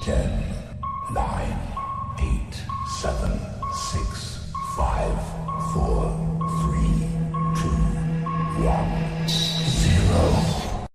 Ten, nine, eight, seven, six, five, four, three, two, one, zero.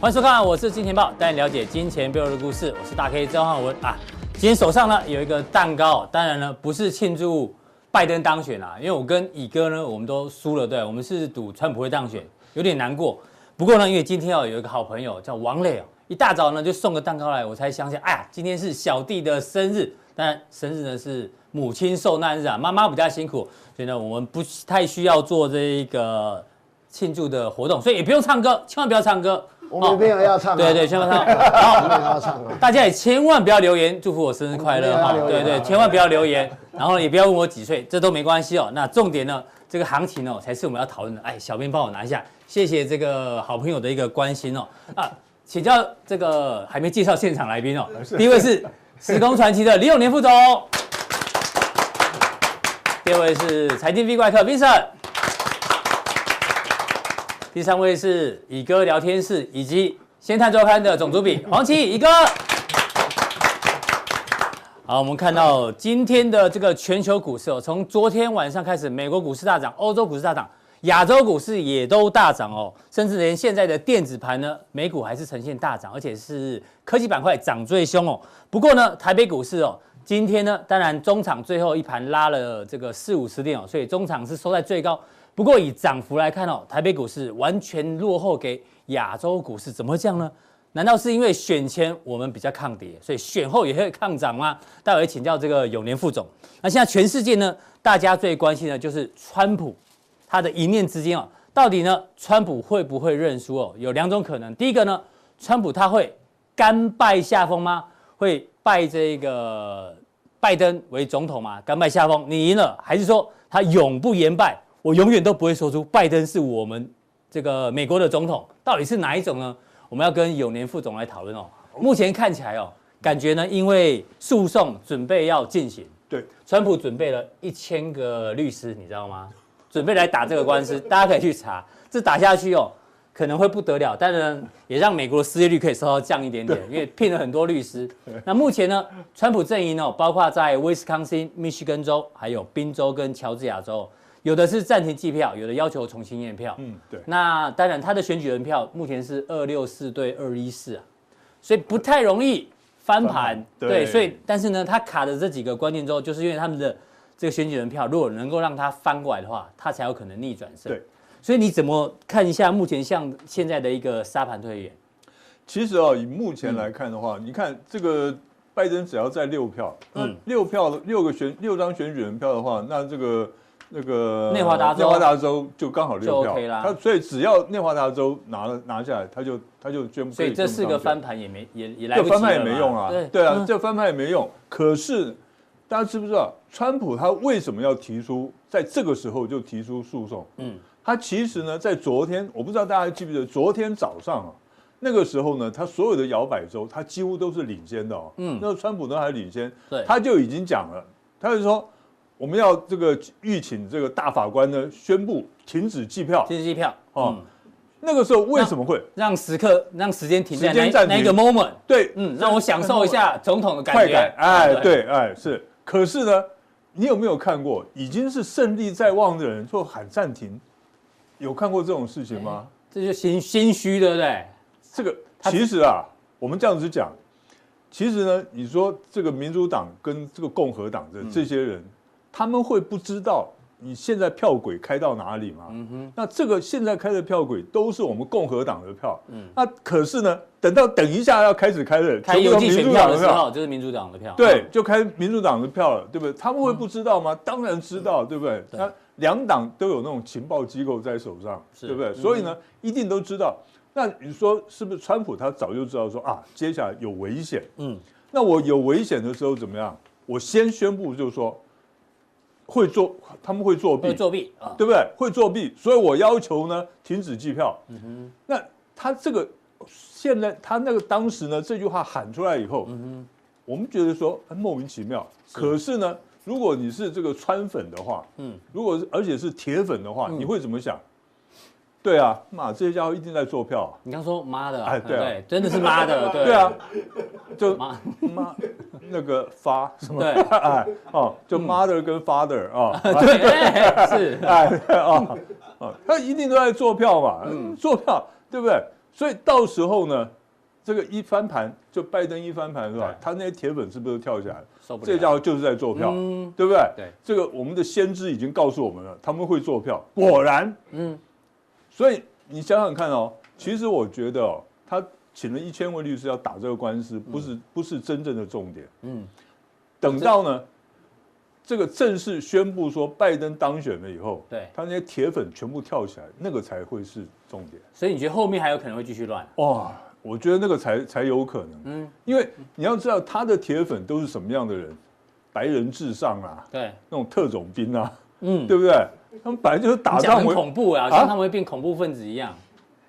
欢迎收看，我是金钱豹，带你了解金钱背后的故事。我是大 K 张汉文啊。今天手上呢有一个蛋糕，当然呢不是庆祝拜登当选啊，因为我跟乙哥呢我们都输了，对，我们是赌川普会当选，有点难过。不过呢，因为今天哦有一个好朋友叫王磊哦，一大早呢就送个蛋糕来，我才想起来，哎呀，今天是小弟的生日，当然生日呢是母亲受难日啊，妈妈比较辛苦，所以呢我们不太需要做这一个庆祝的活动，所以也不用唱歌，千万不要唱歌。哦我们没有要唱啊对对，千万不要唱。好，没有要唱啊。 大家也千万不要留言祝福我生日快乐哈我们，不要留对言对，啊千万不要留言，然后也不要问我几岁，这都没关系哦。那重点呢，这个行情哦才是我们要讨论的。哎，小编帮我拿一下，谢谢这个好朋友的一个关心哦。啊，请教这个还没介绍现场来 宾哦，第一位是时空传奇的李永年副总，第二位是财经 V 怪客 Vincent。第三位是乙哥聊天室以及《先探周刊》的总主笔黄奇乙哥。好，我们看到今天的这个全球股市哦，从昨天晚上开始，美国股市大涨，欧洲股市大涨，亚洲股市也都大涨哦，甚至连现在的电子盘呢，美股还是呈现大涨，而且是科技板块涨最凶哦。不过呢，台北股市哦，今天呢，当然中场最后一盘拉了这个四五十点哦，所以中场是收在最高。不过以涨幅来看哦，台北股市完全落后给亚洲股市，怎么会这样呢？难道是因为选前我们比较抗跌，所以选后也会抗涨吗？ 待会请教这个永年副总。那现在全世界呢，大家最关心的就是川普他的一念之间哦，到底呢，川普会不会认输哦？有两种可能，第一个呢，川普他会甘拜下风吗？会拜这个拜登为总统吗？甘拜下风，你赢了，还是说他永不言败？我永远都不会说出拜登是我们这个美国的总统，到底是哪一种呢？我们要跟永年副总来讨论哦。目前看起来哦，感觉呢，因为诉讼准备要进行，对，川普准备了一千个律师，你知道吗？准备来打这个官司，大家可以去查。这打下去哦，可能会不得了，但是呢，也让美国的失业率可以稍稍降一点点，因为聘了很多律师。那目前呢，川普阵营哦，包括在威斯康星、密西根州，还有宾州跟乔治亚州，有的是暂停计票，有的要求重新验票。嗯，对，那当然，他的选举人票目前是二六四对二一四啊，所以不太容易翻翻盘盘。对所以但是呢，他卡的这几个关键之后，就是因为他们的这个选举人票，如果能够让他翻过来的话，他才有可能逆转胜。对，所以你怎么看一下目前像现在的一个沙盘推演？其实啊，以目前嗯来看的话，你看这个拜登只要在六票，那嗯六票六个选六张选举人票的话，那这个那个内华达州内华达州就刚好六就票 OK 啦他所以只要内华达州拿了拿下来，他就他就宣布所以这四个翻。翻盘也没也也来这不及了嘛翻盘也没用啊，对对啊嗯，这翻盘也没用。可是大家知不知道，川普他为什么要提出在这个时候就提出诉讼？嗯嗯，他其实呢，在昨天，我不知道大家记不记得，昨天早上啊，那个时候呢，他所有的摇摆州，他几乎都是领先的哦。嗯嗯，那川普呢还领先，对他就已经讲了，他就说我们要这个预请这个大法官呢宣布停止计票。这是机票哦嗯，那个时候为什么会？让时刻让时间停在时间那暂那停一个 moment，对，嗯，让我享受一下总统的感觉，快感，哎，啊对对，哎是。可是呢，你有没有看过，已经是胜利在望的人就喊暂停？有看过这种事情吗？这就心心虚，对不对？这个哎他其实啊，我们这样子讲，其实呢，你说这个民主党跟这个共和党嗯的这些人，他们会不知道你现在票轨开到哪里吗？嗯那这个现在开的票轨都是我们共和党的票，那可是呢，等到等一下要开始开的，嗯开全部邮都寄民选主票党的的时票，候，就是民主党的票。对，，就开民主党的票了，对不对？他们会不知道吗？当然知道，对不对？那两党都有那种情报机构在手上，是对不对？所以呢，一定都知道。那你说是不是？川普他早就知道说啊，接下来有危险。嗯嗯，那我有危险的时候怎么样？我先宣布，就是说会做，他们会作弊会，作弊啊。对不对？会作弊，所以我要求呢停止计票。嗯那他这个现在他那个嗯当时呢这句话喊出来以后，我们觉得说哎莫名其妙。可是呢，如果你是这个川粉的话，嗯，如果是而且是铁粉的话，嗯你会怎么想？对啊，妈，这些家伙一定在做票啊、你刚说妈的，哎对啊对，真的是妈的， 对对啊，就妈妈那个发什么？ 对 哎哦，就嗯 mother 跟 father 啊、哦，对 哎，是，哎啊啊，他一定都在做票嘛，做票对不对？所以到时候呢，这个一翻盘，就拜登一翻盘是吧对？他那些铁粉是不是都跳起来了？受不了这家伙就是在做票，嗯对不对？对，这个我们的先知已经告诉我们了，他们会做票，果然，嗯嗯，所以你想想看哦，其实我觉得哦，他请了一千位律师要打这个官司，不是不是真正的重点，嗯嗯，等到呢，这个正式宣布说拜登当选了以后，对他那些铁粉全部跳起来，那个才会是重点。所以你觉得后面还有可能会继续乱？哇，我觉得那个才才有可能。嗯嗯，因为你要知道他的铁粉都是什么样的人，白人至上啊，对，那种特种兵啊，嗯，对不对？他们本来就是打你讲仗得很为，恐怖啊，像他们会变恐怖分子一样，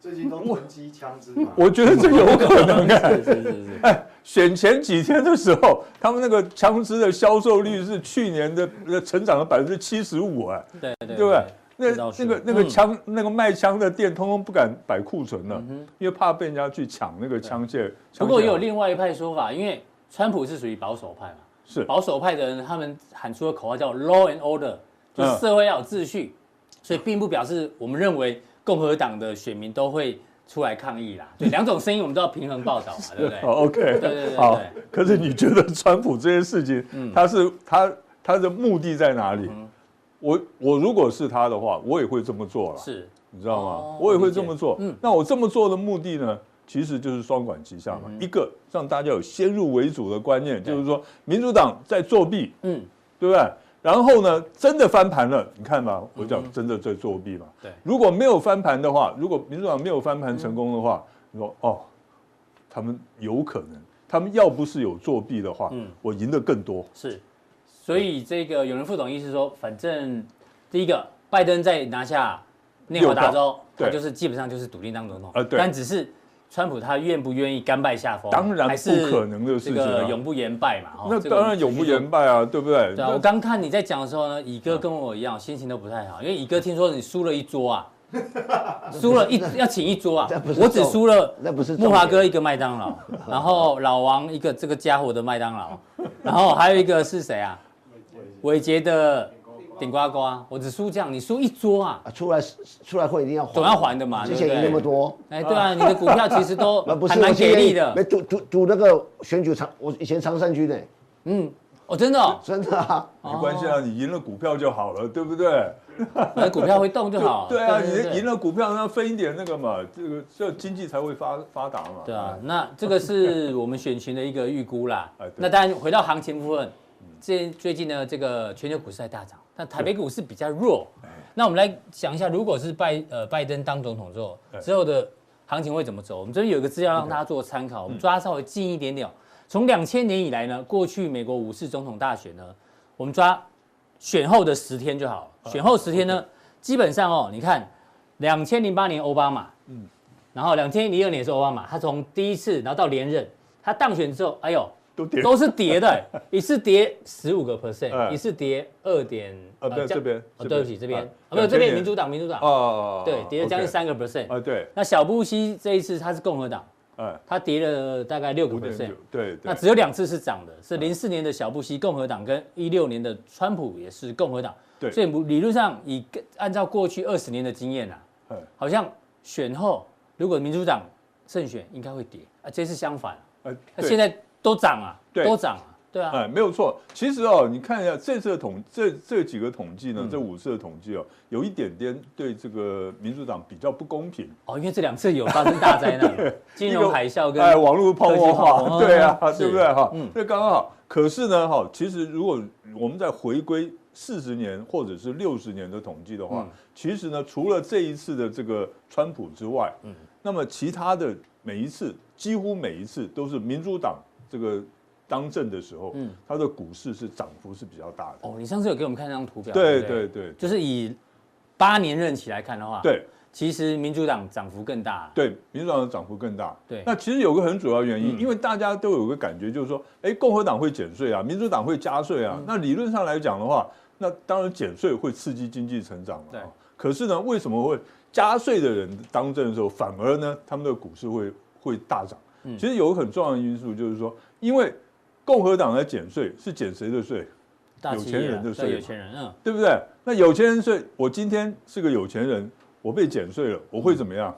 最近都囤积枪支嘛，我觉得这有可能哎、 是是是是，选前几天的时候，他们那个枪支的销售率是去年的呃成长了百分之七十五哎，对对对不对？那这倒是那个那个嗯枪、那个卖枪的店，通通不敢摆库存了，因为怕被人家去抢那个枪械。啊不过枪械也有另外一派说法，因为川普是属于保守派嘛，是保守派的人，他们喊出的口号叫 “law and order”，就是嗯社会要有秩序，所以并不表示我们认为共和党的选民都会出来抗议啦。对，两种声音我们都要平衡报道嘛，对不对？好，OK，对哦对对好对。嗯可是你觉得川普这件事情，他是他他的目的在哪里？我我如果是他的话，我也会这么做了，是，你知道哦吗？我也会理解这么做嗯。那我这么做的目的呢，其实就是双管齐下嘛。一个让大家有先入为主的观念，嗯对就是说民主党在作弊，嗯，对不对？然后呢，真的翻盘了，你看吧，我讲真的在作弊嘛。嗯对如果没有翻盘的话，如果民主党没有翻盘成功的话，嗯你说哦，他们有可能，他们要不是有作弊的话，嗯我赢得更多。是。所以这个永仁副总意思说，反正第一个，拜登在拿下内华达州，对他就是基本上就是笃定当总统，呃对但只是川普他愿不愿意甘拜下风，当然还是不可能的事这情啊个永不言败嘛。哦那这个我当们然永不持续说言败啊，对不对？对啊，那嗯我刚看你在讲的时候呢，乙哥跟我一样，心情都不太好，因为乙哥听说你输了一桌啊，输了一要请一 桌啊那不，是我只重输了那不是重木华哥点一个麦当 劳，然后老王一个这个家伙的麦当劳，然后还有一个是谁啊？伟杰的顶呱呱，我只输这样，你输一桌啊，啊，出来出来会一定要还，总要还的嘛之对不前对赢那么多，哎，对啊，你的股票其实都 那不还是蛮我今给天力的没，赌赌赌那个选举长，我以前常胜军呢，哦，真的哦，真的啊，没关系啊，你赢了股票就好了，对不对？那股票会动就 好，对啊，哦对对你赢了股票，那分一点那个嘛，这个这经济才会发发达嘛。对啊，那这个是我们选群的一个预估啦哎 哎对。嗯那当然，回到行情部分，最最近呢，这个全球股市在大涨，但台北股市比较弱。哎那我们来想一下，如果是拜呃拜登当总统之后哎之后的行情会怎么走？我们这边有一个资料让大家做参考，我嗯们抓稍微近一点点哦。从两千年以来呢，过去美国五次总统大选呢，我们抓选后的十天就好啊了。选后十天呢，基本上哦，你看两千零八年奥巴马，嗯然后两千零二年是奥巴马，他从第一次然后到连任，他当选之后，哎呦，都跌都是跌的、 一次跌十五个 percent，哎一次跌二点啊不对将这边哦这边对不起这边啊啊没有这边2000民主党民主党哦，对跌了将近 OK 三个 percent，啊，对，那小布希这一次他是共和党，哎，他跌了大概六个五点 percent 九。，对那对，嗯只有两次是涨的，是零四年的小布希共和党跟一六年的川普也是共和党，对所以理论上以按照过去二十年的经验啊，哎好像选后如果民主党胜选，应该会跌啊，这次相反，哎，那对现在都涨啊，对都涨啊，对啊，哎，没有错。其实哦，你看一下这次的统这这几个统计嗯呢，这五次的统计哦，有一点点对这个民主党比较不公平。哦，因为这两次有发生大灾 难，金一融个海啸跟哎网络泡沫科技泡沫哦化，对啊，是对不对哈嗯？这刚刚好。可是呢，哈，其实如果我们在回归四十年或者是六十年的统计的话嗯，其实呢，除了这一次的这个川普之外，嗯那么其他的每一次，几乎每一次都是民主党这个当政的时候嗯，它的股市是涨幅是比较大的。哦，你上次有给我们看那张图表，对不对对就是以八年任期来看的话，对，其实民主党涨幅更大。啊对，民主党的涨幅更大。对嗯那其实有个很主要原因，因为大家都有个感觉，就是说，哎，共和党会减税啊，民主党会加税嗯啊。那理论上来讲的话，那当然减税会刺激经济成长嘛。对哦可是呢，为什么会加税的人当政的时候，反而呢，他们的股市会会大涨？嗯其实有个很重要的因素，就是说，因为共和党在减税，是减谁的税？大有企钱业人啊的对税有嘛钱人，嗯，对不对？那有钱人税，我今天是个有钱人，我被减税了，我会怎么样？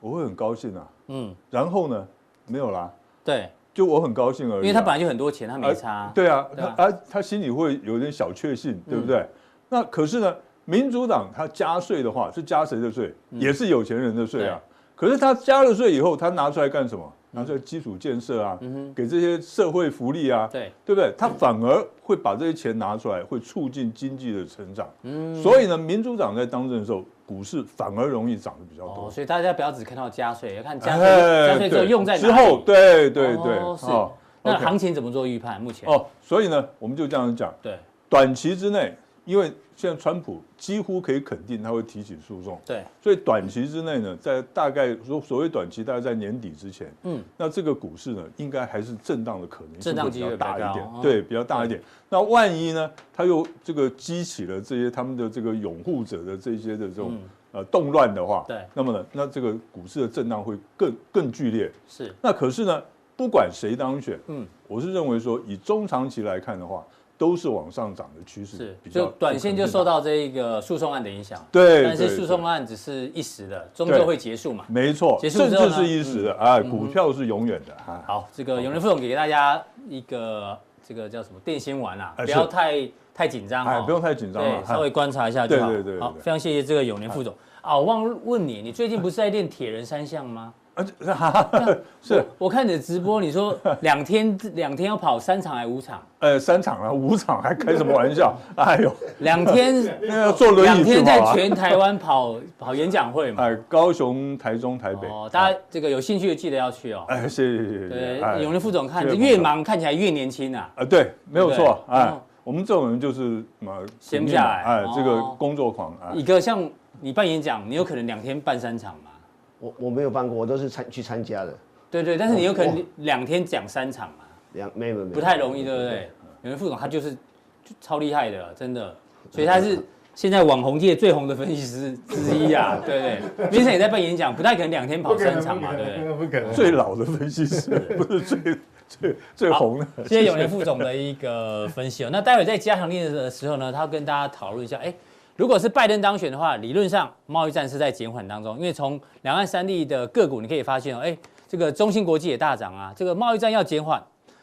我会很高兴啊。嗯，然后呢，没有啦，对，就我很高兴而已啊、因为他本来就很多钱，他没而差啊。对啊，对啊嗯他他他心里会有点小确幸，对不对？那可是呢，民主党他加税的话是加谁的税？嗯也是有钱人的税啊。可是他加了税以后，他拿出来干什么？拿出来基础建设啊，给这些社会福利啊，嗯对对不对？他反而会把这些钱拿出来，会促进经济的成长。嗯所以呢，民主党在当政的时候，股市反而容易涨得比较多哦，。所以大家不要只看到加税，要看加税，呃哎加税之后对用在哪之后，里对对对，哦是哦。那 OK 行情怎么做预判？目前哦，所以呢，我们就这样讲，对短期之内，因为现在川普几乎可以肯定他会提起诉讼，对，所以短期之内呢，在大概所所谓短期，大概在年底之前，嗯嗯，那这个股市呢，应该还是震荡的可能震性荡会几比率较大比较一点高哦，对，比较大一点。那万一呢，他又这个激起了这些他们的这个拥护者的这些的这种嗯呃动乱的话，对那么呢，那这个股市的震荡会更更剧烈，是那可是呢，不管谁当选，嗯嗯，我是认为说，以中长期来看的话，都是往上涨的趋势，是，比较就短线就受到到这一个诉讼案的影响。对，但是对诉讼，案只是一时的，终对究会结束嘛。对没错，结束甚之后至呢嗯是一时的，哎，股票是永远的，啊，好，这个永仁副总给大家一个这个叫什么电心丸啊，哎不要是太太紧张哎哈，，不用太紧张了对，，稍微哎观察一下就好。对对哎对对好，对非常谢谢这个永年副总啊！我忘了问你，你最近不是在练铁人三项吗？啊，这哈哈哈 是，我看你的直播，你说两天两天要跑三场还五场，呃，三场了，五场还开什么玩 笑？哎呦，两天 那要坐轮两椅去天跑在啊！全台湾跑跑演讲会嘛。哎，高雄、台中、台北，哦，大家这个有兴趣的记得要去哦。哎，谢谢谢谢谢对谢，哎，，永年副总看谢谢越捧场忙看起来越年轻啊。啊，对，没有对不对错，哎嗯，我们这种人就是嘛，闲不拼命下嘛来哎，这个哦工作狂，啊哎，一个像你办演讲，你有可能两天办三场嘛？我我没有办过，我都是参去参加的，对对，但是你有可能哦两天讲三场嘛，两没有没有，不太容易，对不对？永仁副总他就是就超厉害的，真的，所以他是现在网红界最红的分析师之一啊，对不 对？明晨也在办演讲，不太可能两天跑三场嘛，对不对？不可能。最老的分析师，不是最最最红的。谢谢永仁副总的一个分析哦。那待会在加强练的时候呢，他要跟大家讨论一下，哎，如果是拜登当选的话，理论上贸易战是在减缓当中，因为从两岸三地的个股你可以发现哦，哎，这个中芯国际也大涨啊，这个贸易战要减缓，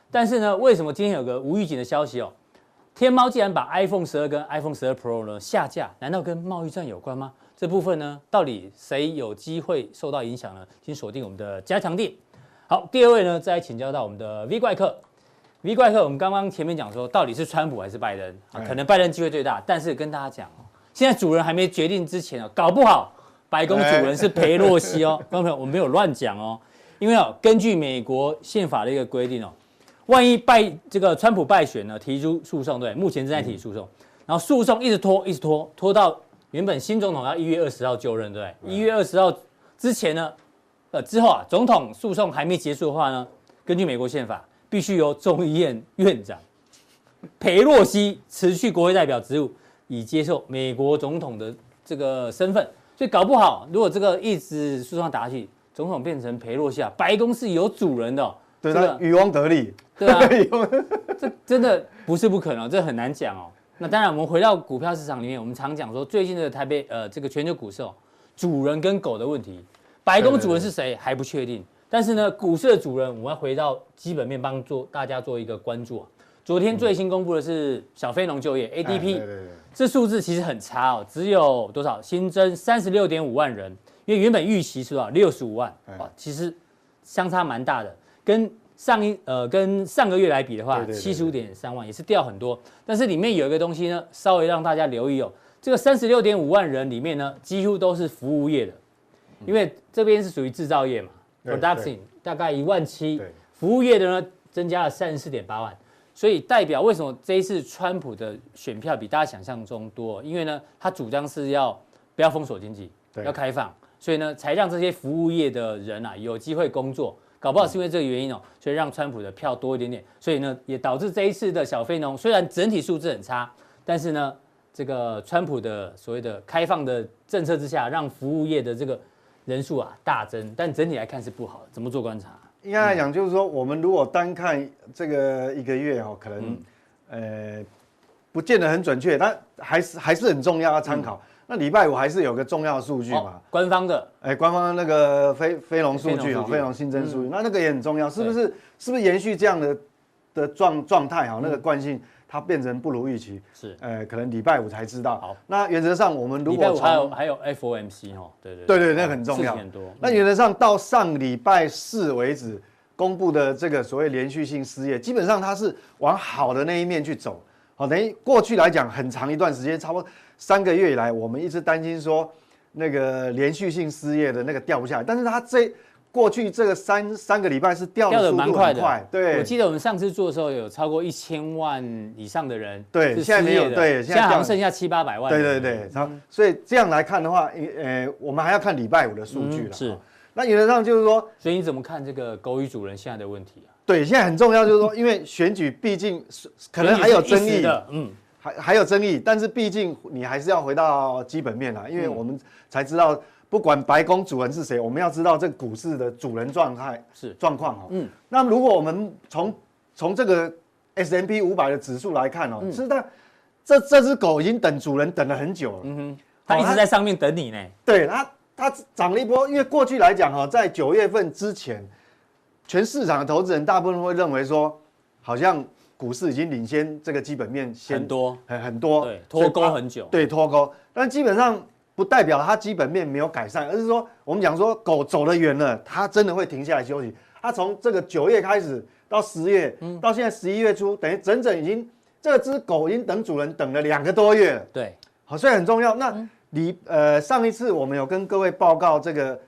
但是呢，为什么今天有个无预警的消息哦？天猫竟然把 iPhone 十二跟 iPhone 十二 Pro 呢下架，难道跟贸易战有关吗？这部分呢，到底谁有机会受到影响呢？请锁定我们的加强地。好，第二位呢，再请教到我们的 V 怪客。V 怪客，我们刚刚前面讲说，到底是川普还是拜登？啊、可能拜登机会最大，但是跟大家讲哦，现在主人还没决定之前哦，搞不好白宫主人是裴洛西哦。观众朋友，我没有乱讲哦，因为哦，根据美国宪法的一个规定哦，万一败这个川普败选呢，提出诉讼，对，目前正在提起诉讼，然后诉讼一直拖，一直拖，拖到原本新总统要一月二十号就任，对，一月二十号之前呢，呃之后啊，总统诉讼还没结束的话呢，根据美国宪法，必须由众议院院长裴洛西辞去国会代表职务，以接受美国总统的这个身份。所以搞不好，如果这个一直诉讼打下去，总统变成裴洛西啊，白宫是有主人的、哦。对这个他渔翁得利，对啊， 渔翁这真的不是不可能，这很难讲哦。那当然，我们回到股票市场里面，我们常讲说，最近的台北呃这个全球股市哦，主人跟狗的问题，白宫主人是谁还不确定。但是呢，股市的主人，我们要回到基本面帮做大家做一个关注啊。昨天最新公布的是小非农就业 ADP，、哎对对对这数字其实很差哦，只有多少新增三十六点五万人，因为原本预期是多少六十五万哎哇，其实相差蛮大的，跟上一呃跟上个月来比的话，对对对七十五点三万也是掉很多，但是里面有一个东西呢，稍微让大家留意哦，这个三十六点五万人里面呢，几乎都是服务业的，因为这边是属于制造业嘛对，production 大概一万七对，服务业的呢增加了三十四点八万，所以代表为什么这一次川普的选票比大家想象中多？因为呢，他主张是要不要封锁经济，对要开放，所以呢，才让这些服务业的人啊有机会工作。搞不好是因为这个原因哦，所以让川普的票多一点点，所以呢，也导致这一次的小非农虽然整体数字很差，但是呢，这个川普的所谓的开放的政策之下，让服务业的这个人数啊大增，但整体来看是不好的。怎么做观察？应该来嗯讲，就是说，我们如果单看这个一个月哦，可能、嗯呃不见得很准确，但还是还是很重要要参考。那礼拜五还是有个重要的数据嘛嗯哦，官方的哎、官方那个非非农数据非农哦数，据嗯非农新增数据，那那个也很重要，是不是？是不是延续这样的的状状态哈？那个惯性它变成不如预期，嗯是呃，可能礼拜五才知道。好，那原则上我们如礼拜果五还有从还有 FOMC 哦，对对对对，那个很重事要。情很多。那原则上到上礼拜四为止公布的这个所谓连续性失业，基本上它是往好的那一面去走。好，等于过去来讲，很长一段时间，差不多三个月以来，我们一直担心说那个连续性失业的那个掉不下来，但是它这过去这个三三个礼拜是掉掉的的速度蛮很快快，的，对，我记得我们上次做的时候有超过一千万以上的人，对是现在没有失业的对现现在在好掉像了剩下七八百万，对对对，，然后嗯所以这样来看的话，呃，我们还要看礼拜五的数据了。嗯是哈，那原则上就是说，所以你怎么看这个狗与主人现在的问题啊？对，现在很重要，就 是说，因为选举毕竟是可能还有选争举是一议时，的，嗯，还还有争议，但是毕竟你还是要回到基本面啦，啊因为我们才知道，不管白宫主人是谁，我们要知道这个股市的主人状态是状况哦。嗯嗯，那如果我们从从这个 S M P 五百的指数来看嗯哦，是它这这只狗已经等主人等了很久了。他好一直他在上面等你呢，对它，它涨了一波，因为过去来讲哈、在九月份之前，全市场的投资人大部分会认为说，好像股市已经领先这个基本面先哦很多，很很多，对，所以脱钩它很久，对脱钩，但基本上不代表它基本面没有改善，而是说我们讲说狗走得远了，它真的会停下来休息。它从这个九月开始到十月，嗯到现在十一月初，等于整整已经这只狗已经等主人等了两个多月了。对，好，所以很重要。那你呃，上一次我们有跟各位报告这个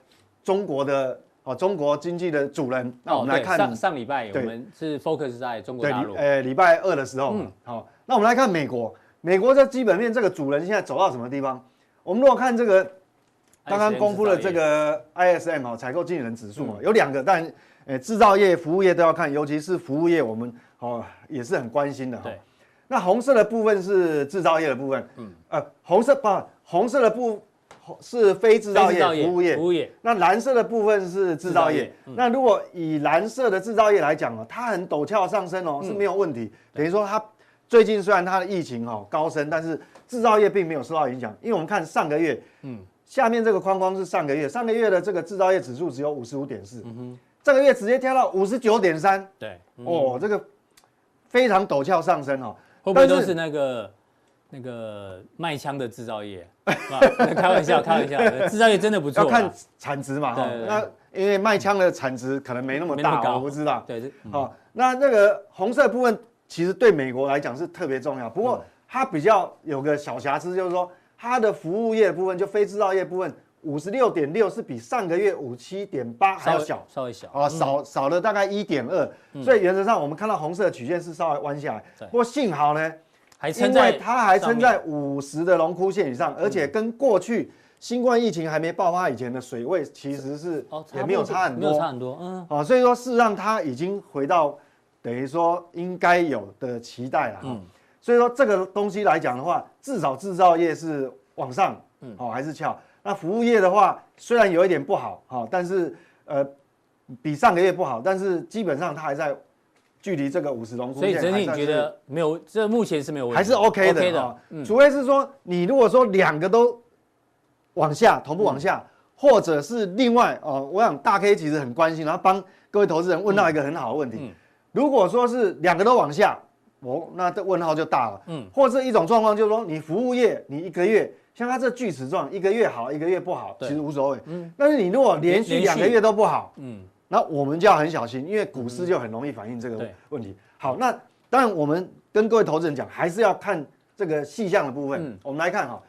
中国的哦，中国经济的主人。那我们来哦对看上上礼拜我对们是 focus 在中国对，大礼陆，嗯呃，礼拜二的时候，好，那我们来看美国，美国这基本面这个主人现在走到什么地方？我们如果看这个刚刚公布了这个 ISM 哦，采购经理人指数嗯嘛，有两个，但呃，制造业、服务业都要看，尤其是服务业，我们哦也是很关心的哈对。那红色的部分是制造业的部分，嗯，呃，红色不，红色的部红是非制造非制业、造业、服务业服，务业，那蓝色的部分是制造业。嗯那如果以蓝色的制造业来讲哦，它很陡峭上升哦，嗯是没有问题。等于说它最近虽然它的疫情哦高升，但是制造业并没有受到影响，因为我们看上个月，嗯，下面这个框框是上个月，上个月的这个制造业指数只有五十五点四，嗯这个月直接跳到五十九点三，对，哦，这个非常陡峭上升哦。会不会都是那个那个卖枪的制造业？是吧开玩笑，开玩笑，制造业真的不错啦，要看产值嘛哈对对对，那因为卖枪的产值可能没那么没那么大高哦，我不知道。对，是好、那那个红色部分其实对美国来讲是特别重要，嗯不过它比较有个小瑕疵，就是说它的服务业部分，就非制造业部分，五十六点六是比上个月五七点八还稍要微嗯小，稍微小，哦，少少了大概一点二，所以原则上我们看到红色的曲线是稍微弯下来对，不过幸好呢，还因撑在为它还撑上嗯在五十的龙枯线以上，而且跟过去新冠疫情还没爆发以前的水位其实是面哦，也没有差很没有多差，很多，嗯，啊，所以说事实上它已经回到等于说应该有的期待了。嗯，所以说这个东西来讲的话，至少制造业是往上，嗯，哦还是翘。那服务业的话，虽然有一点不好，哈、但是呃比上个月不好，但是基本上它还在距离这个五十龙枯所以线，整体你觉得没有，这目前是没有问题，还是 OK 的哦 OK 哈的，嗯，除非是说你如果说两个都往下同步往嗯下，或者是另外哦，我想大 K 其实很关心，然后帮各位投资人问嗯到一个很好的问题，如果说是两个都往下，哦，那这问号就大了，嗯嗯，或是一种状况就是说你服务业你一个月。像它这锯齿状，一个月好，一个月不好，对嗯其实无所谓。但是你如果连续连续两个月都不好，嗯，那我们就要很小心，因为股市就很容易反映嗯这个对问题。好，那当然我们跟各位投资人讲，还是要看这个细项的部分。嗯我们来看哈，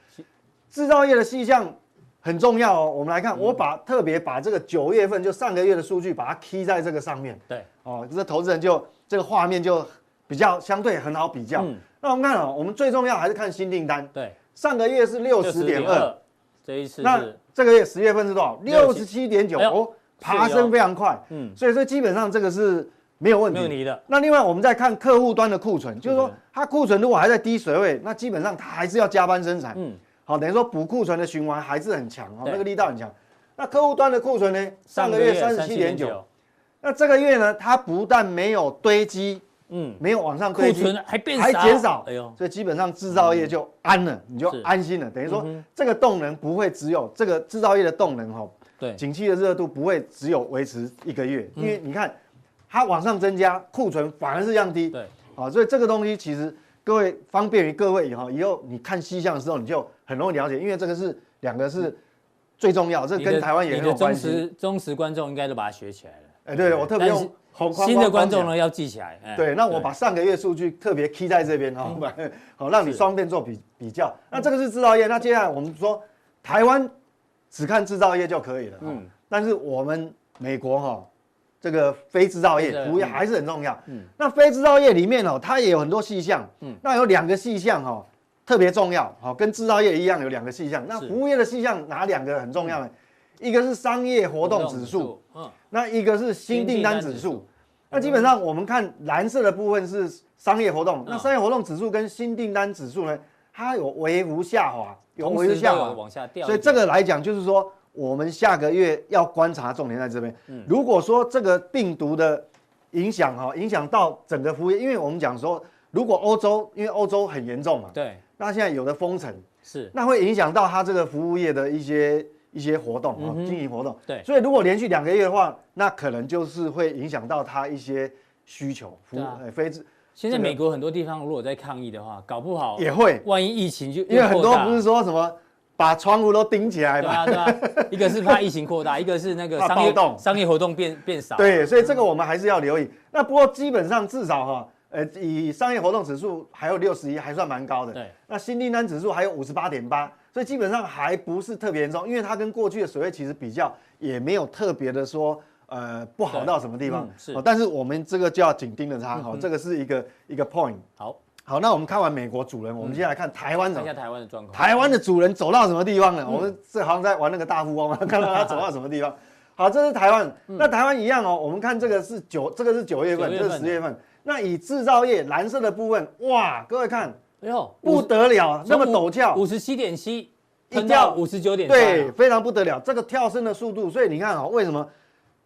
制造业的细项很重要哦。我们来看，我把特别把这个九月份就上个月的数据，把它 key 在这个上面对，哦，这投资人就这个画面就比较相对很好比较。嗯那我们看哦，我们最重要还是看新订单，对，上个月是六十点二，这一次那是这个月十月份是多少？六十七点九哎呦哦，爬升非常快。嗯嗯，所以这基本上这个是没有问没题有你的，那另外我们再看客户端的库存，就是说对它库存如果还在低水位，那基本上它还是要加班生产。嗯，好，等于说补库存的循环还是很强哦，对那个力道很强。那客户端的库存呢？上个月三十七点九，，那这个月呢，它不但没有堆积，嗯，没有往上库堆积，存还变还减少，哎呦，嗯所以基本上制造业就安了，你就是安心了。等于说嗯哼这个动能不会只有这个制造业的动能哈，对，景气的热度不会只有维持一个月，嗯因为你看它往上增加，库存反而是降低，对，啊，所以这个东西其实各位方便于各位以后，以后你看西向的时候你就很容易了解，因为这个是两个是最重要，这你个的跟台湾也你很的有忠关系。实忠实观众应该都把它学起来了。哎，对，我特别但是用红框新的观框起来众呢要记起来。哎对，那嗯我把上个月数据特别 key 在这边哈，不然 好让你双边做比比较。那这个是制造业，那接下来我们说台湾只看制造业就可以了。嗯，但是我们美国哈，这个非制造业非制造业服务业嗯还是很重要。嗯，那非制造业里面哦，它也有很多细项。嗯，那有两个细项哈特别重要，好，跟制造业一样有两个细项。那是服务业的细项哪两个很重要呢？一个是商业活动指数，，嗯，那一个是新订单新订单指指数数。那基本上我们看蓝色的部分是商业活嗯动，那商业活动指数跟新订单指数呢，它有微幅下滑，有同微时幅都下有滑，往下掉一点，所以这个来讲就是说，我们下个月要观察重点在这边。嗯如果说这个病毒的影响哈，影响到整个服务业，因为我们讲说，如果欧洲，因为欧洲很严重嘛，对那现在有的封城，是那会影响到它这个服务业的一些一些活动啊、经营活动。嗯对所以如果连续两个月的话，那可能就是会影响到它一些需求，服务、对啊呃非制现在这个美国很多地方如果在抗议的话，搞不好也会，万一疫情就因为很多扩大不是说什么把窗户都钉起来对嘛，啊对啊，一个是怕疫情扩大，一个是那个商怕暴业动商业活动变变少， 对，所以嗯这个我们还是要留意。那不过基本上至少哈、呃，以商业活动指数还有六十一，还算蛮高的。对，那新订单指数还有五十八点八，所以基本上还不是特别严重，因为它跟过去的水位其实比较，也没有特别的说呃不好对到什么地方嗯。是嗯哦但是我们这个就要紧盯着它，好、这个是一个一个 point。好，好，那我们看完美国主人，我们接下来看台湾怎嗯看一么下台湾的状况。台湾的主人走到什么地方嗯了？我们这好像在玩那个大富翁啊，看到他走到什么 地方。好，这是台湾，嗯那台湾一样哦。我们看这个是九，这个是九月份，九月这份是十月份。那以制造业蓝色的部分，哇，各位看哎呦，不得了，啊那么陡五峭，十七点七，一喷到跳五十九点啊对，，非常不得了，这个跳升的速度。所以你看哦，为什么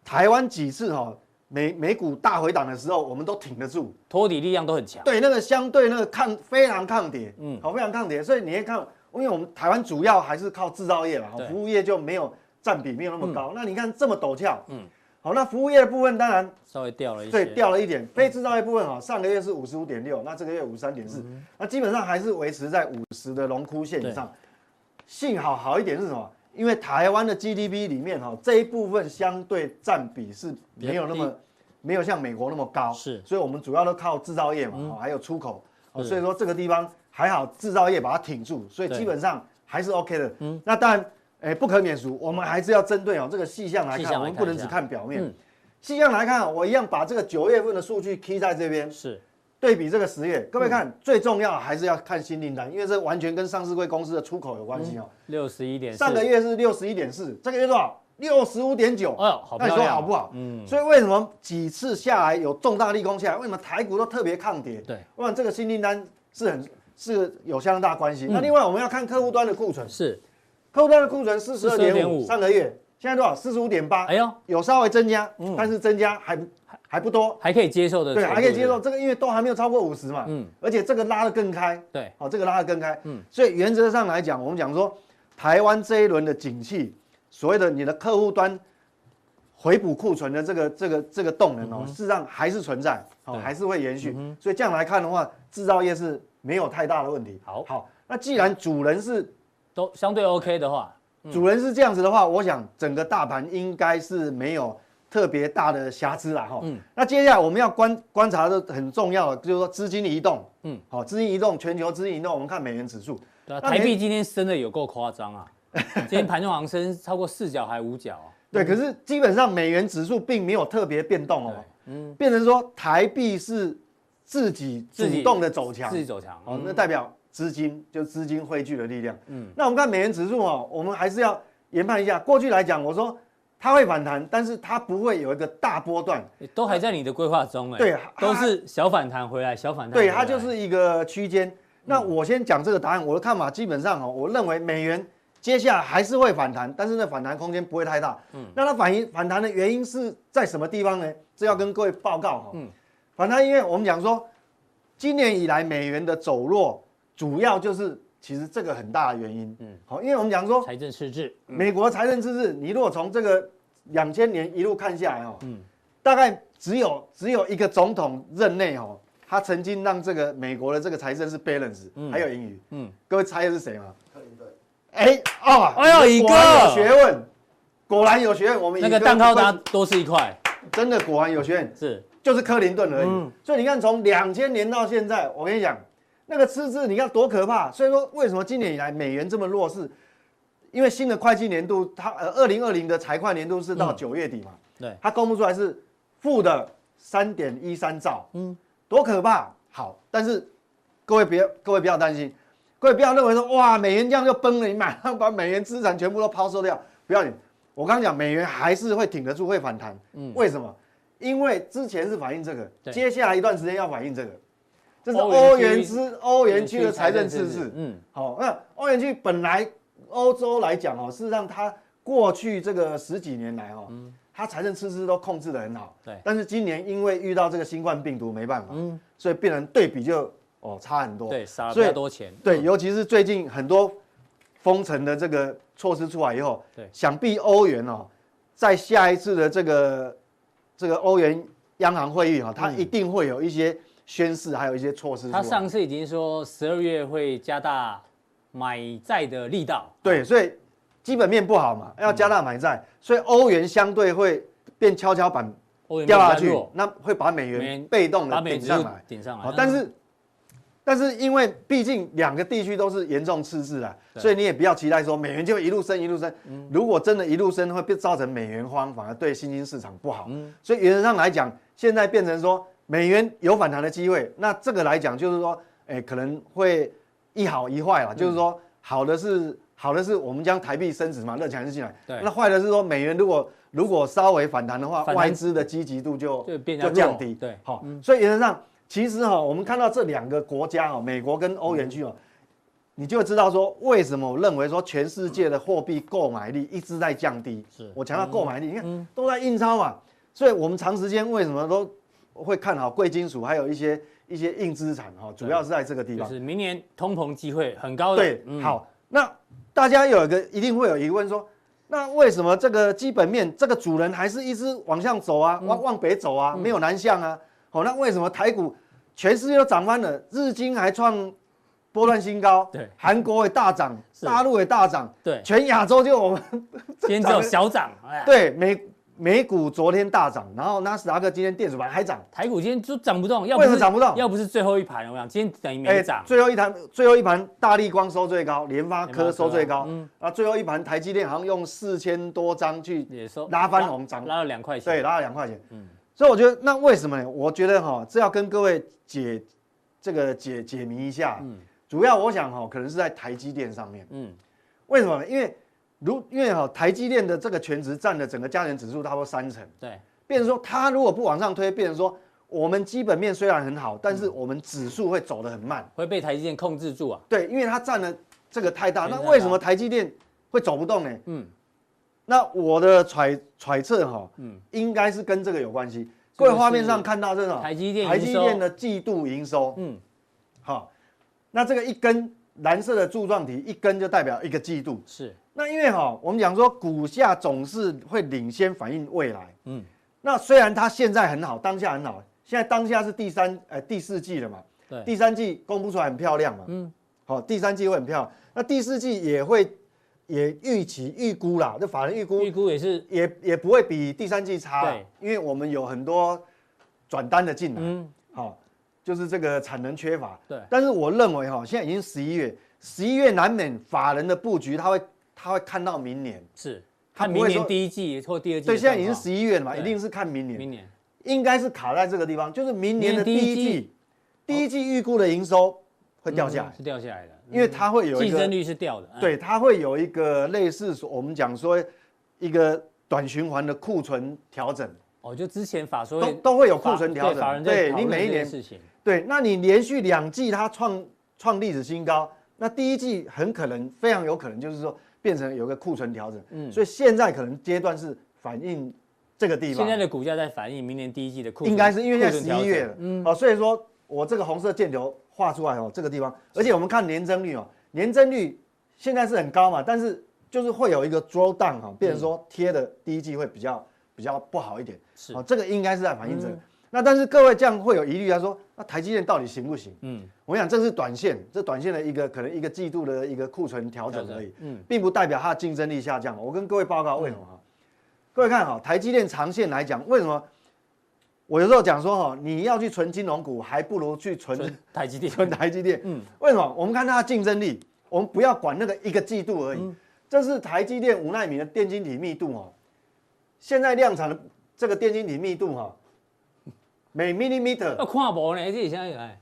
台湾几次哈、哦、美美股大回档的时候，我们都挺得住？托底力量都很强，对，那个相对那个抗非常抗跌，嗯，好，非常抗跌。所以你会看，因为我们台湾主要还是靠制造业嘛，好对服务业就没有占比没有那么高。那你看这么陡峭，嗯，好，那服务业的部分当然稍微掉了一些，嗯对掉了一点，非制造业部分啊，上个月是五十五点六，那这个月五十三点嗯四，那基本上还是维持在五十的荣枯线以上。幸好好一点是什么？因为台湾的 GDP 里面哈、这一部分相对占比是没有那比较么低没有像美国那么高，是嗯所以我们主要都靠制造业嘛，哦还有出口，哦是所以说这个地方还好制造业把它挺住，所以对嗯基本上还是 OK 的。那当然，哎，不可免俗，我们还是要针对哦这个细项来细看，项来我们不看能一只下看表面。嗯细项来看，我一样把这个九月份的数据 key 在这边，是对比这个十月。各位看，最重要还是要看新订单，因为这完全跟上市贵公司的出口有关系哦。六十一点四，上个月是六十一点四，这个月多少？六十五点九。哎呦好那你漂说亮好不好？嗯嗯。所以为什么几次下来有重大利空下来，为什么台股都特别抗跌？对，我想这个新订单是很是有相当大关系。那另外我们要看客户端的库存，是，客户端的库存四十二点42.5五，上个月现在多少？四十五点八。哎呦有稍微增加，但是增加还不还不多，还可以接受的程对，度，还可以接受。这个因为都还没有超过五十嘛，嗯嗯，而且这个拉得更开，哦对好，这个拉得更开，嗯，所以原则上来讲，我们讲说台湾这一轮的景气，所谓的你的客户端回补库存的这个这个这个动能哦，事实上还是存在，好，还是会延续。所以这样来看的话，制造业是没有太大的问题。好好，那既然主人是都相对 OK 的话，主人是这样子的话，我想整个大盘应该是没有特别大的瑕疵啦哈。那接下来我们要观观察的很重要的就是说资金的移动，嗯嗯，好，资金移动，全球资金移动，我们看美元指数，对啊，那台没币今天升的有够夸张 啊，今天盘中好像升超过四角还五角啊，对，可是基本上美元指数并没有特别变动哦，嗯，变成说台币是自己主动的走强自，己走强，哦，那代表资金，就资金汇聚的力量。嗯，那我们看美元指数哦，我们还是要研判一下。过去来讲，我说它会反弹，但是它不会有一个大波段，嗯都还在你的规划中哎，对啊都是小反弹回来，小反弹回对，来，它就是嗯一个区间。那我先讲这个答案，我的看法基本上哦，我认为美元接下来还是会反弹，但是呢，反弹空间不会太大。嗯，那它反应反弹的原因是在什么地方呢？这要跟各位报告哈。嗯，反弹因为我们讲说，今年以来美元的走弱，主要就是其实这个很大的原因。嗯，好，因为我们讲说财政赤字，美国财政赤字，你如果从这个两千年一路看下来哦，嗯大概只有只有一个总统任内哦，他曾经让这个美国的这个财政是 balance，、还有盈余。嗯嗯，各位猜的是谁吗？克林顿，哎哦，哎呦一个果然有学问，果然有学问。我们那以个哥蛋糕不分拿多吃一块，真的果然有学问，是就是克林顿而已。嗯所以你看，从两千年到现在，我跟你讲，那个赤字你看多可怕。所以说，为什么今年以来美元这么弱势？因为新的会计年度，它呃二零二零的财会年度是到嗯九月底嘛，对它公布出来是负的三点一三兆，嗯，多可怕！好，但是各位别各位不要担心，各位不要认为说哇美元这样就崩了，你马上把美元资产全部都抛售掉，不要紧。我刚刚讲美元还是会挺得住，会反弹，嗯，为什么？因为之前是反映这对个，接下来一段时间要反映这个，这是欧欧元元区之欧元区的财政赤财字，嗯，好、那欧元区本来欧洲来讲哦，事实上它过去这个十几年来哦，它财政赤字都控制得很好。嗯对嗯但是今年因为遇到这个新冠病毒没办法，所以变成对比就哦差很多。对，撒了比所以较多钱，对，尤其是最近很多封城的这个措施出来以后，对想必欧元哦，在下一次的这个这个欧元央行会议哈、哦，它一定会有一些宣示，还有一些措施出来。他嗯上次已经说十二月会加大买债的力道，对，所以基本面不好嘛，嗯要加大买债，所以欧元相对会变跷跷板欧元掉下比较去弱，那会把美美元元被动把的美元指顶上数来。顶上来好，，但是但是因为毕竟两个地区都是严重赤字啊，对嗯所以你也不要期待说美元就一路升一路升。如果真的一路升，会被造成美元荒，反而对新兴市场不好。嗯所以原则上来讲，现在变成说美元有反弹的机会，那这个来讲就是说，哎、可能会一好一坏啦，嗯就是说好的是。好的是我们将台币升值嘛，热钱还是进来。对那坏的是说美元如果如果稍微反弹的话，反弹外资的积极度就就变得就弱降低。对嗯好，所以原则上，其实哈，我们看到这两个国家哦，美国跟欧元区哦，你就会知道说为什么我认为说全世界的货币购买力一直在降低。是嗯我强调购买力，你看都在印钞嘛，所以我们长时间为什么都会看好贵金属，还有一些一些硬资产哈，主要是在这个地就方。是明年通膨机会很高的，对，嗯，好，那大家有一个一定会有疑问说，那为什么这个基本面这个主人还是一直往上走啊，嗯往往北走啊，没有南向啊？好、那为什么台股全世界都涨翻了，日经还创波段新高，对韩国也大涨，大陆也大涨，对，全亚洲就我们 今天只有小涨，哎呀，对美美股昨天大涨，然后纳斯达克今天电子盘还涨，台股今天就涨不动，要为什是么涨不动要不是最后一盘，我想今天等于没涨，哎最后一盘，最后一盘，大力光收最高，联发科收最高，联啊，最后一盘台积电好像用四千多张去也说拉翻红涨，拉了两块钱，对，拉了两块钱。所以我觉得那为什么呢？我觉得哈，这要跟各位解这个解解谜一下。主要我想哈，可能是在台积电上面。嗯，为什么呢？因为如因为哈，台积电的这个全值占了整个加权指数差不多三成。对，变成说它如果不往上推，变成说我们基本面虽然很好，但是我们指数会走得很慢。会被台积电控制住啊，对，因为它占了这个太大，占那了为什么台积电会走不动呢？嗯嗯，那我的揣揣测哈，嗯，应该是跟这个有关系。各位画面上看到这种台积电营收台积电的季度营收，嗯嗯，好，那这个一根蓝色的柱状体，一根就代表一个季度。是那因为哈，我们讲说股价总是会领先反映未来，嗯嗯，那虽然它现在很好，当下很好，现在当下是第三呃第四季了嘛，对第三季公布出来很漂亮嘛，嗯，好，第三季会很漂亮，那第四季也会也预期预估啦，这法人预估预估也是也也不会比第三季差啦对，因为我们有很多转单的进来，嗯好、就是这个产能缺乏。对但是我认为哈、现在已经十一月，十一月难免法人的布局，他会他会看到明年。是，它看不明会年说第一季或第二季的状况，对，现在已经十一月了嘛，对一定是看明年，明年应该是卡在这个地方，就是明年的明第年第一一季哦季，第一季预估的营收会会掉下来，嗯是掉下来的，因为它会有一竞个争率是掉的。嗯，对，它会有一个类似说我们讲说一个短循环的库存调整，哦，就之前法说都会都会有法库存调对法人整。在对讨你论每一这件年事情，对，那你连续两季它创创历史新高，那第一季很可能非常有可能就是说变成有个库存调整，嗯，所以现在可能阶段是反映这个地现方在。的股价在反映明年第一季的库存，应该是因为现在库存十调一整嗯月了，哦，所以说我这个红色箭头画出来哦，这个地方，而且我们看年增率哦，年增率现在是很高嘛，但是就是会有一个 draw down 哈、变成说贴的第一季会比较比较不好一点，嗯是嗯哦，这个应该是在反映这个。那但是各位这样会有疑虑，他啊说那台积电到底行不行？嗯，我想这是短线，这短线的一个可能一个季度的一个库存调整而已，嗯，并不代表它的竞争力下降。我跟各位报告嗯为什么哈、各位看哈、台积电长线来讲，为什么我有时候讲说哈、你要去存金融股，还不如去存存嗯台积电 存台积电。为什么？我们看它的竞争力，我们不要管那个一个季度而已。嗯这是台积电五纳米的电晶体密度哦，现在量产的这个电晶体密度哈、每 millimeter 要跨博哦呢，这里现在有哎，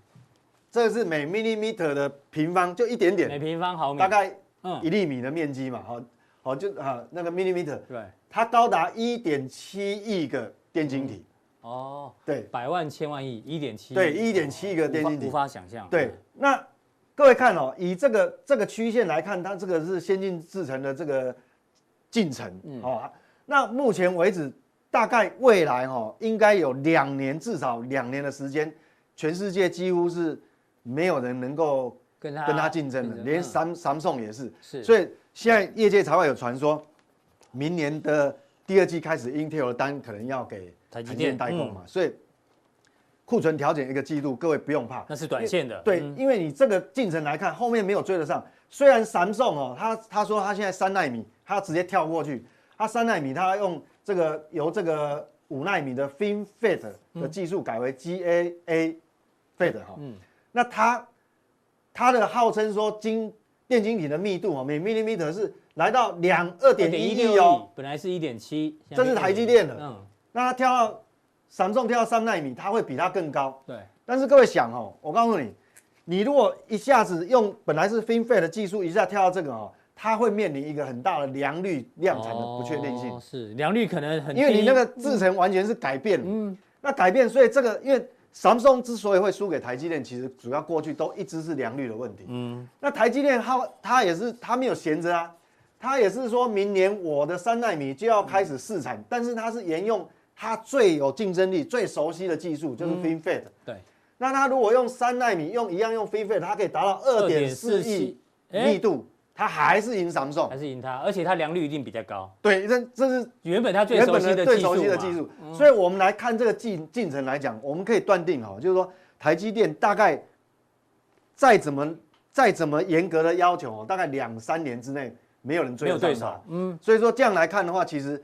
这是每 millimeter 的平方，就一点每点，平方毫米大概嗯一厘米的面积嘛，好，好就啊那个 millimeter，对它高达一点七亿个电晶体，哦，对百万千万亿一点七对，一点七亿个电晶体无，法想象。嗯对，那各位看哦，以这个这个曲线来看，它这个是先进制程的这个进程嗯哦。那目前为止，大概未来哦，应该有两年至少两年的时间，全世界几乎是没有人能够跟他跟它竞争的，连嗯三三送也是。是所以现在业界才会有传说，明年的第二季开始，Intel 的单可能要给台积电嗯代工嘛，所以库存调整一个季度，各位不用怕。那是短线的，对嗯，因为你这个进程来看，后面没有追得上。虽然 Samsung 哦，他他说他现在三纳米，他直接跳过去，他三纳米他用这个由这个五纳米的 FinFET 的技术改为 GAA FET 哈、那它它的号称说晶电晶体的密度哦，每 millimeter 是来到两二点一亿哦，亿，本来是一点七，这是台积电的嗯，那它跳到 Samsung 跳到三纳米，它会比它更高。对，但是各位想哦，我告诉你，你如果一下子用本来是 FinFET 的技术，一下跳到这个哦，它会面临一个很大的良率量产的不确定性，哦是良率可能很低，嗯因为你那个制程完全是改变。嗯，那改变，所以这个因为 Samsung 之所以会输给台积电，其实主要过去都一直是良率的问题。嗯，那台积电它它也是它没有闲着啊，它也是说明年我的三纳米就要开始试产，但是它是沿用它最有竞争力、最熟悉的技术，就是嗯 FinFET。对那它如果用三纳米，用一样用 FinFET，它可以达到二点四亿哎密度，它还是赢还 Samsung。是赢它，而且它良率一定比较高。对，这这是原本它最原熟本悉的的最技熟悉的嘛技术，所以我们来看这个进进程来讲，我们可以断定哈，就是说台积电大概再怎么再怎么严格的要求哦，大概两三年之内没有人追得没有对上手它。嗯，所以说这样来看的话，其实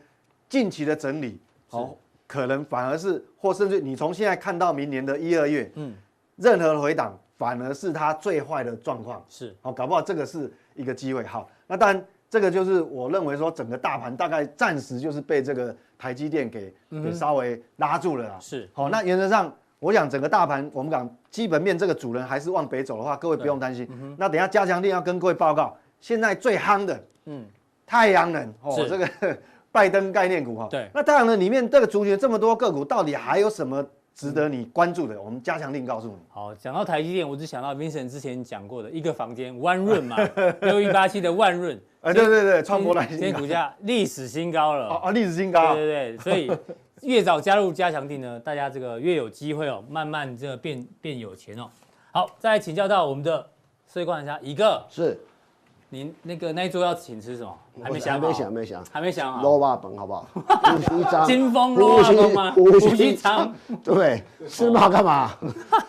近期的整理哦，可能反而是或甚至你从现在看到明年的一二月，嗯，任何的回档反而是它最坏的状况。是好、搞不好这个是一个机会。好，那当然这个就是我认为说整个大盘大概暂时就是被这个台积电给、给稍微拉住了啦。嗯是好、那原则上我想整个大盘我们讲基本面这个主人还是往北走的话，各位不用担心。嗯那等一下加强力要跟各位报告，现在最夯的，嗯，太阳能哦是，这个 拜登概念股哈、对那太阳能里面这个族群这么多个股，到底还有什么值得你关注的？我们加强力告诉你。好，讲到台积电，我只想到 Vincent 之前讲过的一个房间万润嘛，六一八七的万润， 哎，对对对，创今博来今天股价历史新高了。哦哦，历史新高。对对对，所以越早加入加强定呢，大家这个越有机会哦，慢慢这个变变有钱哦。好，再来请教到我们的税官家一个，是，您那个那一桌要请吃什么？还没想还好，哦没想，还没想，还没想捞好。哦霸本好 不好？胡须章，金风胡肉须啊，吗？胡须须章，，对，吃嘛干嘛？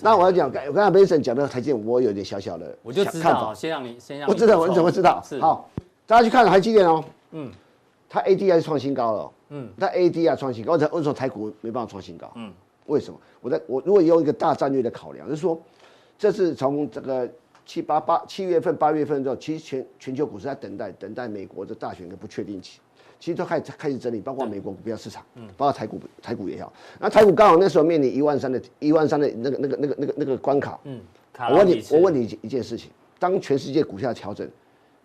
那我要讲，刚我刚才 Mason 讲的台积电，我有点小小的我就想知看道，法，先让你先让我知道，我怎么知道？是好，大家去看台积电哦，嗯，它 ADR 是创新高了，嗯嗯，它 ADR 创新高，为什么为什么台股没办法创新高？嗯，为什么？我在我如果用一个大战略的考量，就是说，这是从这个七八八七月份、八月份之后，其实全全球股市在等待等待美国的大选跟不确定期，其实都开始开始整理，包括美国股票市场，包括台股台股也好。那台股刚好那时候面临一万三的一万三的那个那个那个那个那个关卡，嗯，卡我拉问比你，是我问你一一件事情：当全世界股价调整，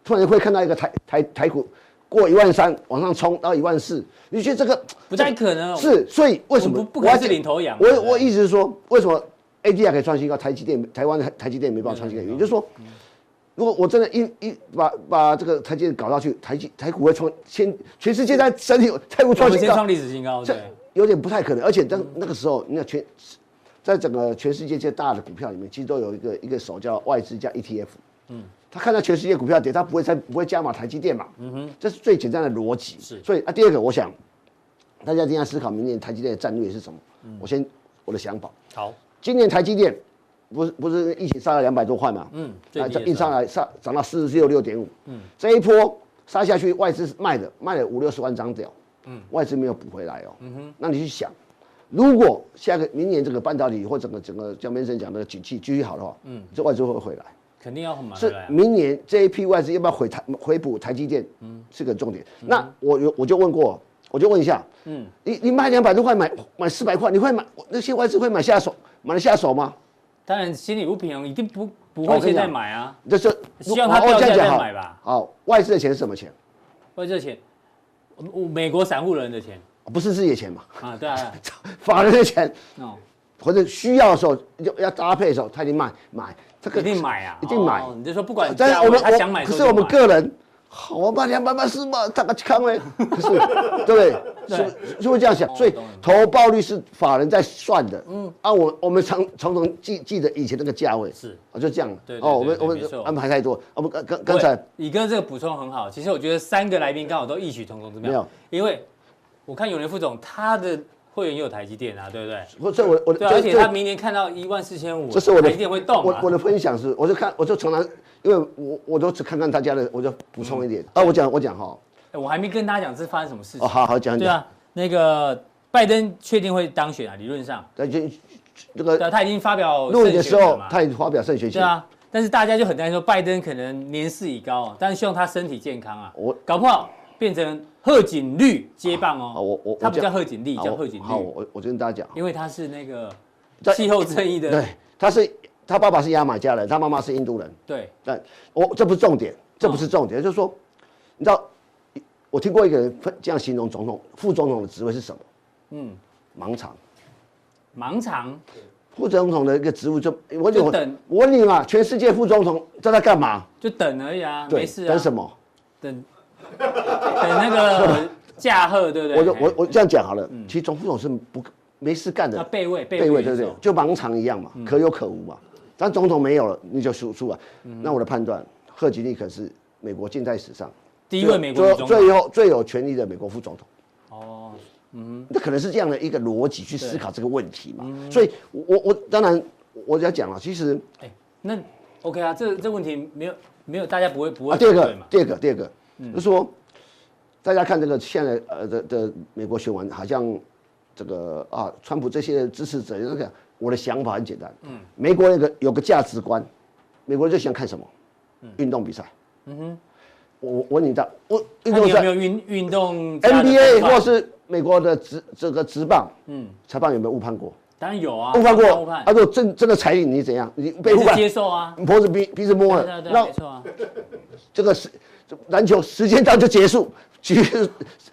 突然会看到一个台台台股过一万三往上冲到一万四，你觉得这个不太可能哦是，所以为什我么们不不可能是要讲领头羊嘛对我不对我一直说，为什么 ADR 可以创新高，台积电台湾的台积电没办法创新高，也就是说。嗯如果我真的一一把把这个台积电搞下去，台积台股会创先全世界在整体台股我创们新先高创，历史新高，这对，有点不太可能。而且当那个时候，你看全，在整个全世界最大的股票里面，其实都有一个一个手叫外资叫 ETF。嗯，他看到全世界股票跌，他不会再不会加码台积电嘛？嗯哼，这是最简单的逻辑。是所以啊，第二个我想，大家一定要思考明年台积电的战略是什么。我先我的想法，好，今年台积电不是不是疫情杀了两百多块嘛？嗯最啊低的时候硬上来上涨到四十六六点五。嗯，这一波杀下去，外资卖的卖了五六十万张掉。嗯，外资没有补回来哦。嗯哼，那你去想，如果下个明年这个半导体或整个整个像 m 生讲的景气继续好的话，嗯，这外资会不会回来。肯定要很满回是来啊。明年这一批外资要不要回台回补台积电，嗯，是个重点。那我有我就问过，我就问一下，嗯，你你卖两百多块买买四百块，你会买那些外资会买下手买得下手吗？当然心理不平衡，一定不不哦会我跟你现在讲买啊，这是希望它我掉这价样讲再好买吧。好，外资的钱是什么钱？为这钱，我美国散户人的钱不是自己的钱嘛， 啊，对啊，法人的钱，哦，或者需要的时候要要搭配的时候，他已经买买这个一定买啊，一定买。哦你就说不管呃但是价我位们他想买我可的是时我候就买，们个人，好我把两百万四万大个去看呗， 可是对不对对？哦是不是是不是这样想？所以懂了投报率是法人在算的，嗯，啊，我我们常常常记记得以前那个价位是啊，就这样了对对哦，我们对我对们没错安排太多，我们刚刚对刚才你哥这个补充很好，其实我觉得三个来宾刚好都异曲同工之没妙有，因为我看永年副总他的会员也有台积电啊，对不对？我这我我对啊，这而且这他明年看到一万四千五，这是我的台积电会动我啊我，的分享是，我就看，我就从来，因为我我都只看看大家的，我就补充一点、嗯啊。我讲我讲哈，哎我还没跟大家讲是发生什么事哦，情，好好讲对讲，啊，那个拜登确定会当选啊，理论上，那就这对啊，个他已经发表录影的胜时选了候嘛，他也发表胜选对信，啊，但是大家就很担心说拜登可能年事已高啊，但是希望他身体健康啊。我搞不好变成贺锦绿接棒哦。好啊我我他我不叫讲贺锦丽，好叫我贺锦好，绿，我我就跟大家讲，因为他是那个在气候正义的对，他是他爸爸是牙买加人，他妈妈是印度人，对但我这不是重点，这嗯不是重点，就是说，你知道，我听过一个人分这样形容总统、副总统的职位是什么？嗯，盲场。盲肠副总统的一个职务就我就问你等，我问你嘛，全世界副总统在那干嘛？就等而已啊，对，没事啊。等什？么？等等那个驾鹤，对不对？我就我我这样讲好了，嗯啊其实总副总是不没事干那的，备位备备位对的不时对候？嗯就盲肠一样嘛，可有可无嘛。但总统没有了，你就输出了。嗯那我的判断，贺锦丽可是美国近代史上第一位美国女最有总最统有最有权力的美国副总统。哦，那可能是这样的一个逻辑去思考这个问题嘛。嗯所以我，我我当然我要讲了，其实哎，那 OK 啊，这这问题没有没有，大家不会不会啊，第二反对个嘛，嗯第二个，第二个，就是说，大家看这个现在呃的的美国选完，好像这个啊，川普这些支持者，那个我的想法很简单，嗯，美国有个有个价值观，美国人就喜欢看什么，运动比赛，嗯哼，我我问你的，我运那动你有赛没有运运动家的分 NBA 段或是美国的职这个职棒嗯，裁判有没有误判过？当然有啊，误判当然过误，判他，说真真的裁定你怎样？你被也误是判，接受啊，你脖子鼻鼻子摸对啊了，对啊，那没错啊，这个时篮球时间到就结束，局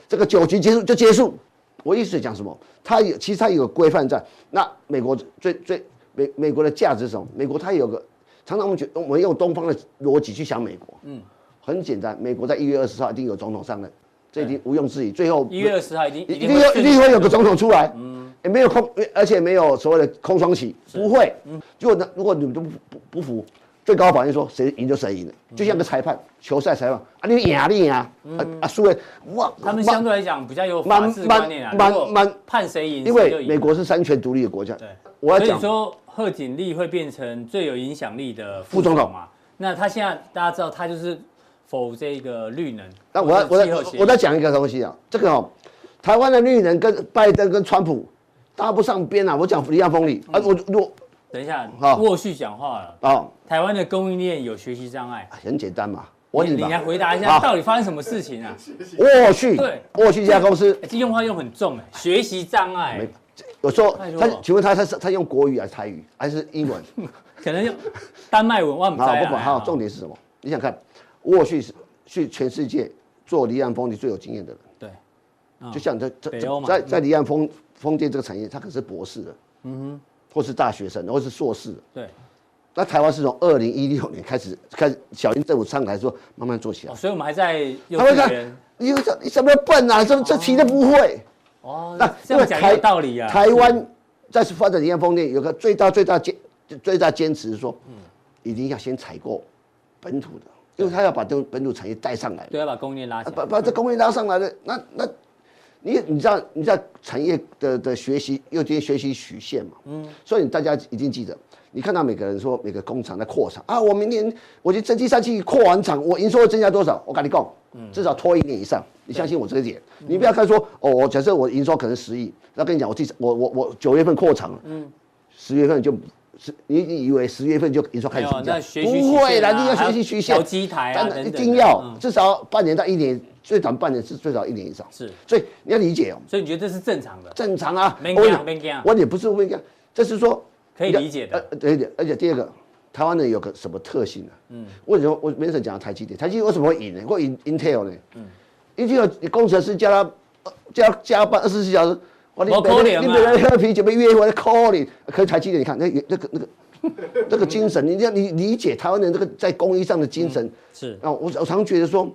这个九局结束就结束。我意思讲什么？它有其实它有个规范在。那美国最最美美国的价值是什么？美国它有个常常我们觉我们用东方的逻辑去想美国，嗯，很简单，美国在一月二十号一定有总统上任，这已经毋庸置疑。最后一月二十号一定一一定定有会一定会有个总统出来，嗯，也没有空，而且没有所谓的空窗期，不会。嗯如果呢，如果你们都不不不服，最高法院说谁赢就谁赢了，就嗯像个裁判，球赛裁判啊，你赢啊你赢啊，啊啊输了哇，他们哇相对来讲比较有法治观念啊，蛮蛮如果蛮判谁赢，谁就因为赢啊美国是三权独立的国家对，，我要所以讲说贺锦丽会变成最有影响力的副总统嘛，那他现在大家知道他就是否这个绿能，那我要我气再候协议我再讲一个东西啊，这个哦，台湾的绿人跟拜登跟川普搭不上边啊，我讲离岸风力嗯啊，我我等一下好沃旭讲话了，啊台湾的供应链有学习障碍，很简单嘛，我问你你来吧，回答一下好到底发生什么事情啊？沃旭对沃旭这家公司哎这用话用很重哎，学习障碍没，有时候太多他了请问他他是他用国语还是泰语还是英 文？可能用丹麦文，我们啊好，不管好，重点点是什么？你想看，我有去去全世界做离岸风力最有经验的人，对，嗯就像这这北欧这嘛在嗯在离岸风风电这个产业，他可是博士的，嗯哼，或是大学生，或是硕士的。对，那台湾是从二零一六年开始开始，小英政府上台说慢慢做起来哦，。所以我们还在幼他们稚看园，你这你什么笨啊？这这题都不会。哦，那这样讲也有道理啊。台湾在发展离岸风电有个最大最大坚最大坚持是说，一定要先采购本土的，因为他要把这个本土产业带上来。对，要把供应链拉起啊来把。把这工业拉上来了，那那，你你知道你知道产业的的学习又接学习曲线嘛？嗯，所以大家一定记得，你看到每个人说每个工厂在扩厂啊，我明年我就这第三期扩完厂，我营收会增加多少？我跟你讲，嗯至少拖一年以上，你相信我这一点。你不要看说哦，我假设我营收可能十亿，那跟你讲我第我我我九月份扩厂了，嗯，十月份就。十，你你以为十月份就营收开始没有啊增加那学习曲不会啦，线啊你要还学要习曲线，调机台啊当等然一等的定要嗯至少半年到一年，最短半年是最少一年以上。是所以你要理解哦，所以你觉得这是正常的？正常啊。免我惊也免惊我也不是问讲，这是说可以理解的呃，对的。而且第二个，台湾人有个什么特性呢？嗯，为什么我没事讲台积电？台积电为什么会赢呢？会赢 Intel 呢？嗯，Intel 你工程师叫他呃叫他加班二十四小时，哇，你没每可能天啊你每天喝啤酒被约回来 call 你，可是台积电你看那那个那个。这个精神，你要你理解台湾人这个在工艺上的精神，是啊，我我常觉得说，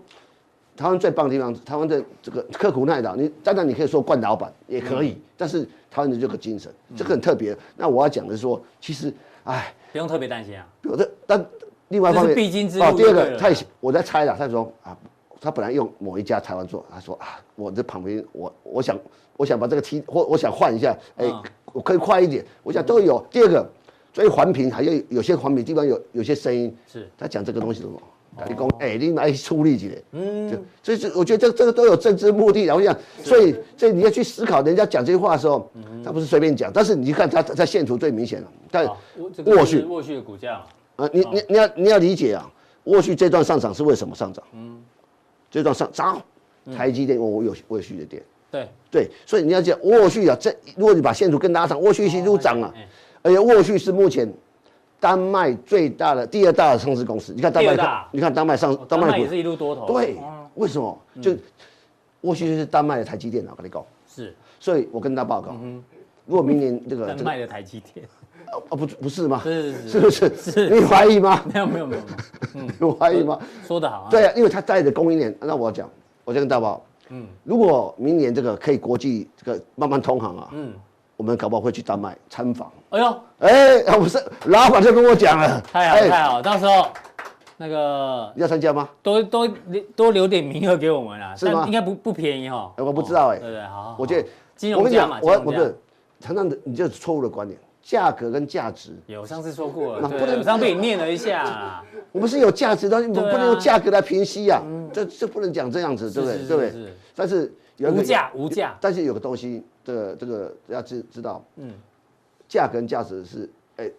台湾最棒的地方，台湾的这个刻苦耐劳，你当然你可以说惯老板也可嗯以，但是台湾人这个精神，这个很特别。那我要讲的是说，其实，哎，不用特别担心啊。有的，但另外一方面，这是必经之路哦，第就二对个，了他也我在猜了，他说啊，他本来用某一家台湾做，他说啊，我这旁边我我想我想把这个踢或我想换一下，哎、嗯我可以快一点，我想都有。第二个，所以环评还有有些环评地方有有些声音，是他讲这个东西什么？哦你讲，哎、你买出力去嗯，就所以这我觉得这这个都有政治目的，然后讲，所以所以你要去思考人家讲这些话的时候，他不是随便讲，但是你看他在线图最明显了，但好，哦我这沃个旭是哦沃旭的股价嘛，啊，你你你要你要理解啊，沃旭这段上涨是为什么上涨？嗯，这段上涨，嗯台积电哦我我有沃旭的店，对，对，所以你要讲沃旭啊，这如果你把线图更拉长，沃旭一路涨啊哎哎，而且沃旭是目前丹麦最大的第二大的上市公司，你看丹第麦二大，你看丹麦上哦丹丹麦麦也股是，一路多头。对哦，为什么？就沃旭就是丹麦的台积电啊，我跟你讲，是所以我跟他报告，如果明年这个嗯丹这个麦的台积电。 啊不不是吗？是是 是不是？你怀疑吗？没有没有没有，没有有怀疑吗？说得好啊。对啊，因为他带着供应链，那我要讲，我就跟大家报，嗯，如果明年这个可以国际这个慢慢通航啊，嗯，我们搞不好会去丹麦参访。哎呦，哎、啊不是，老板就跟我讲了，太好了哎太好了，到时候那个你要参加吗？多多多留点名额给我们啦，是吗但应该不不便宜哈。哎我不知道哎哦对对，好好，好我觉得，金我融跟你家讲嘛，，我金我融不家是，常常你就是错误的观点，价格跟价值，有上次说过那了，对不能我上次被你念了一下啦。我们是有价值的，你们对啊嗯不能用价格来平息啊，这这不能讲这样 子，对不是对？是对不是是对？但是有一个无价无价但是有个东西，这个这个要知知道，嗯，价格跟价值是，哎，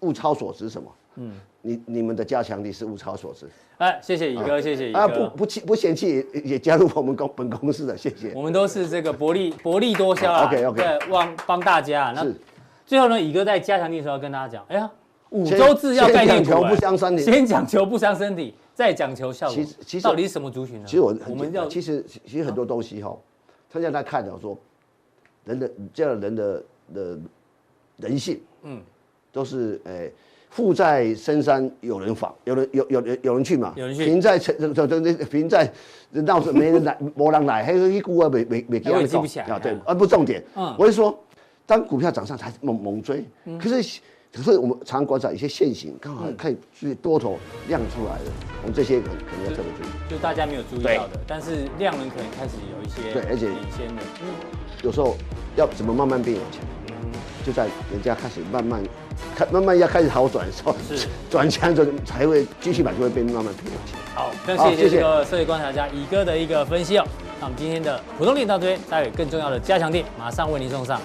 物超所值是什么？嗯，你你们的加强力是物超所值哎，谢谢乙哥，谢谢乙啊，不哥，不弃不嫌弃也也加入我们公本公司的，谢谢我。们都是这个薄利薄利多销啦。 OK，OK 对，帮帮大家。啊那是最后呢，乙哥在加强力的时候要跟大家讲，哎呀，五洲制药概念先讲股，哎求不伤身体先讲求不伤身体，再讲求效果。其实其实到底是什么族群呢？其实我我很们简要单，其实其实很多东西哈，他让他看到说，人的这样的人的的人性，嗯，都是诶，富在深山有人访，有人有有人有人去嘛，有人去贫在城这这这贫在闹市没人来，没人来，还有一股啊没没没给我也他们记不起来啊，啊对，啊不重点，嗯我是说，当股票涨上才猛猛追，可是。可是我们常观察一些现行，刚嗯好看最多头亮出来了，我们这些可能可能要特别注意。就大家没有注意对到的，但是量能可能开始有一些对而且嗯领先的。有时候要怎么慢慢变有钱，就在人家开始慢慢开慢慢要开始好转的时候是，转强的时候才会继续买就会变慢慢变有钱。好，非好常谢谢谢这谢个社会观察家乙哥的一个分析哦。那我们今天的普通力到这边，待会更重要的加强力马上为您送上。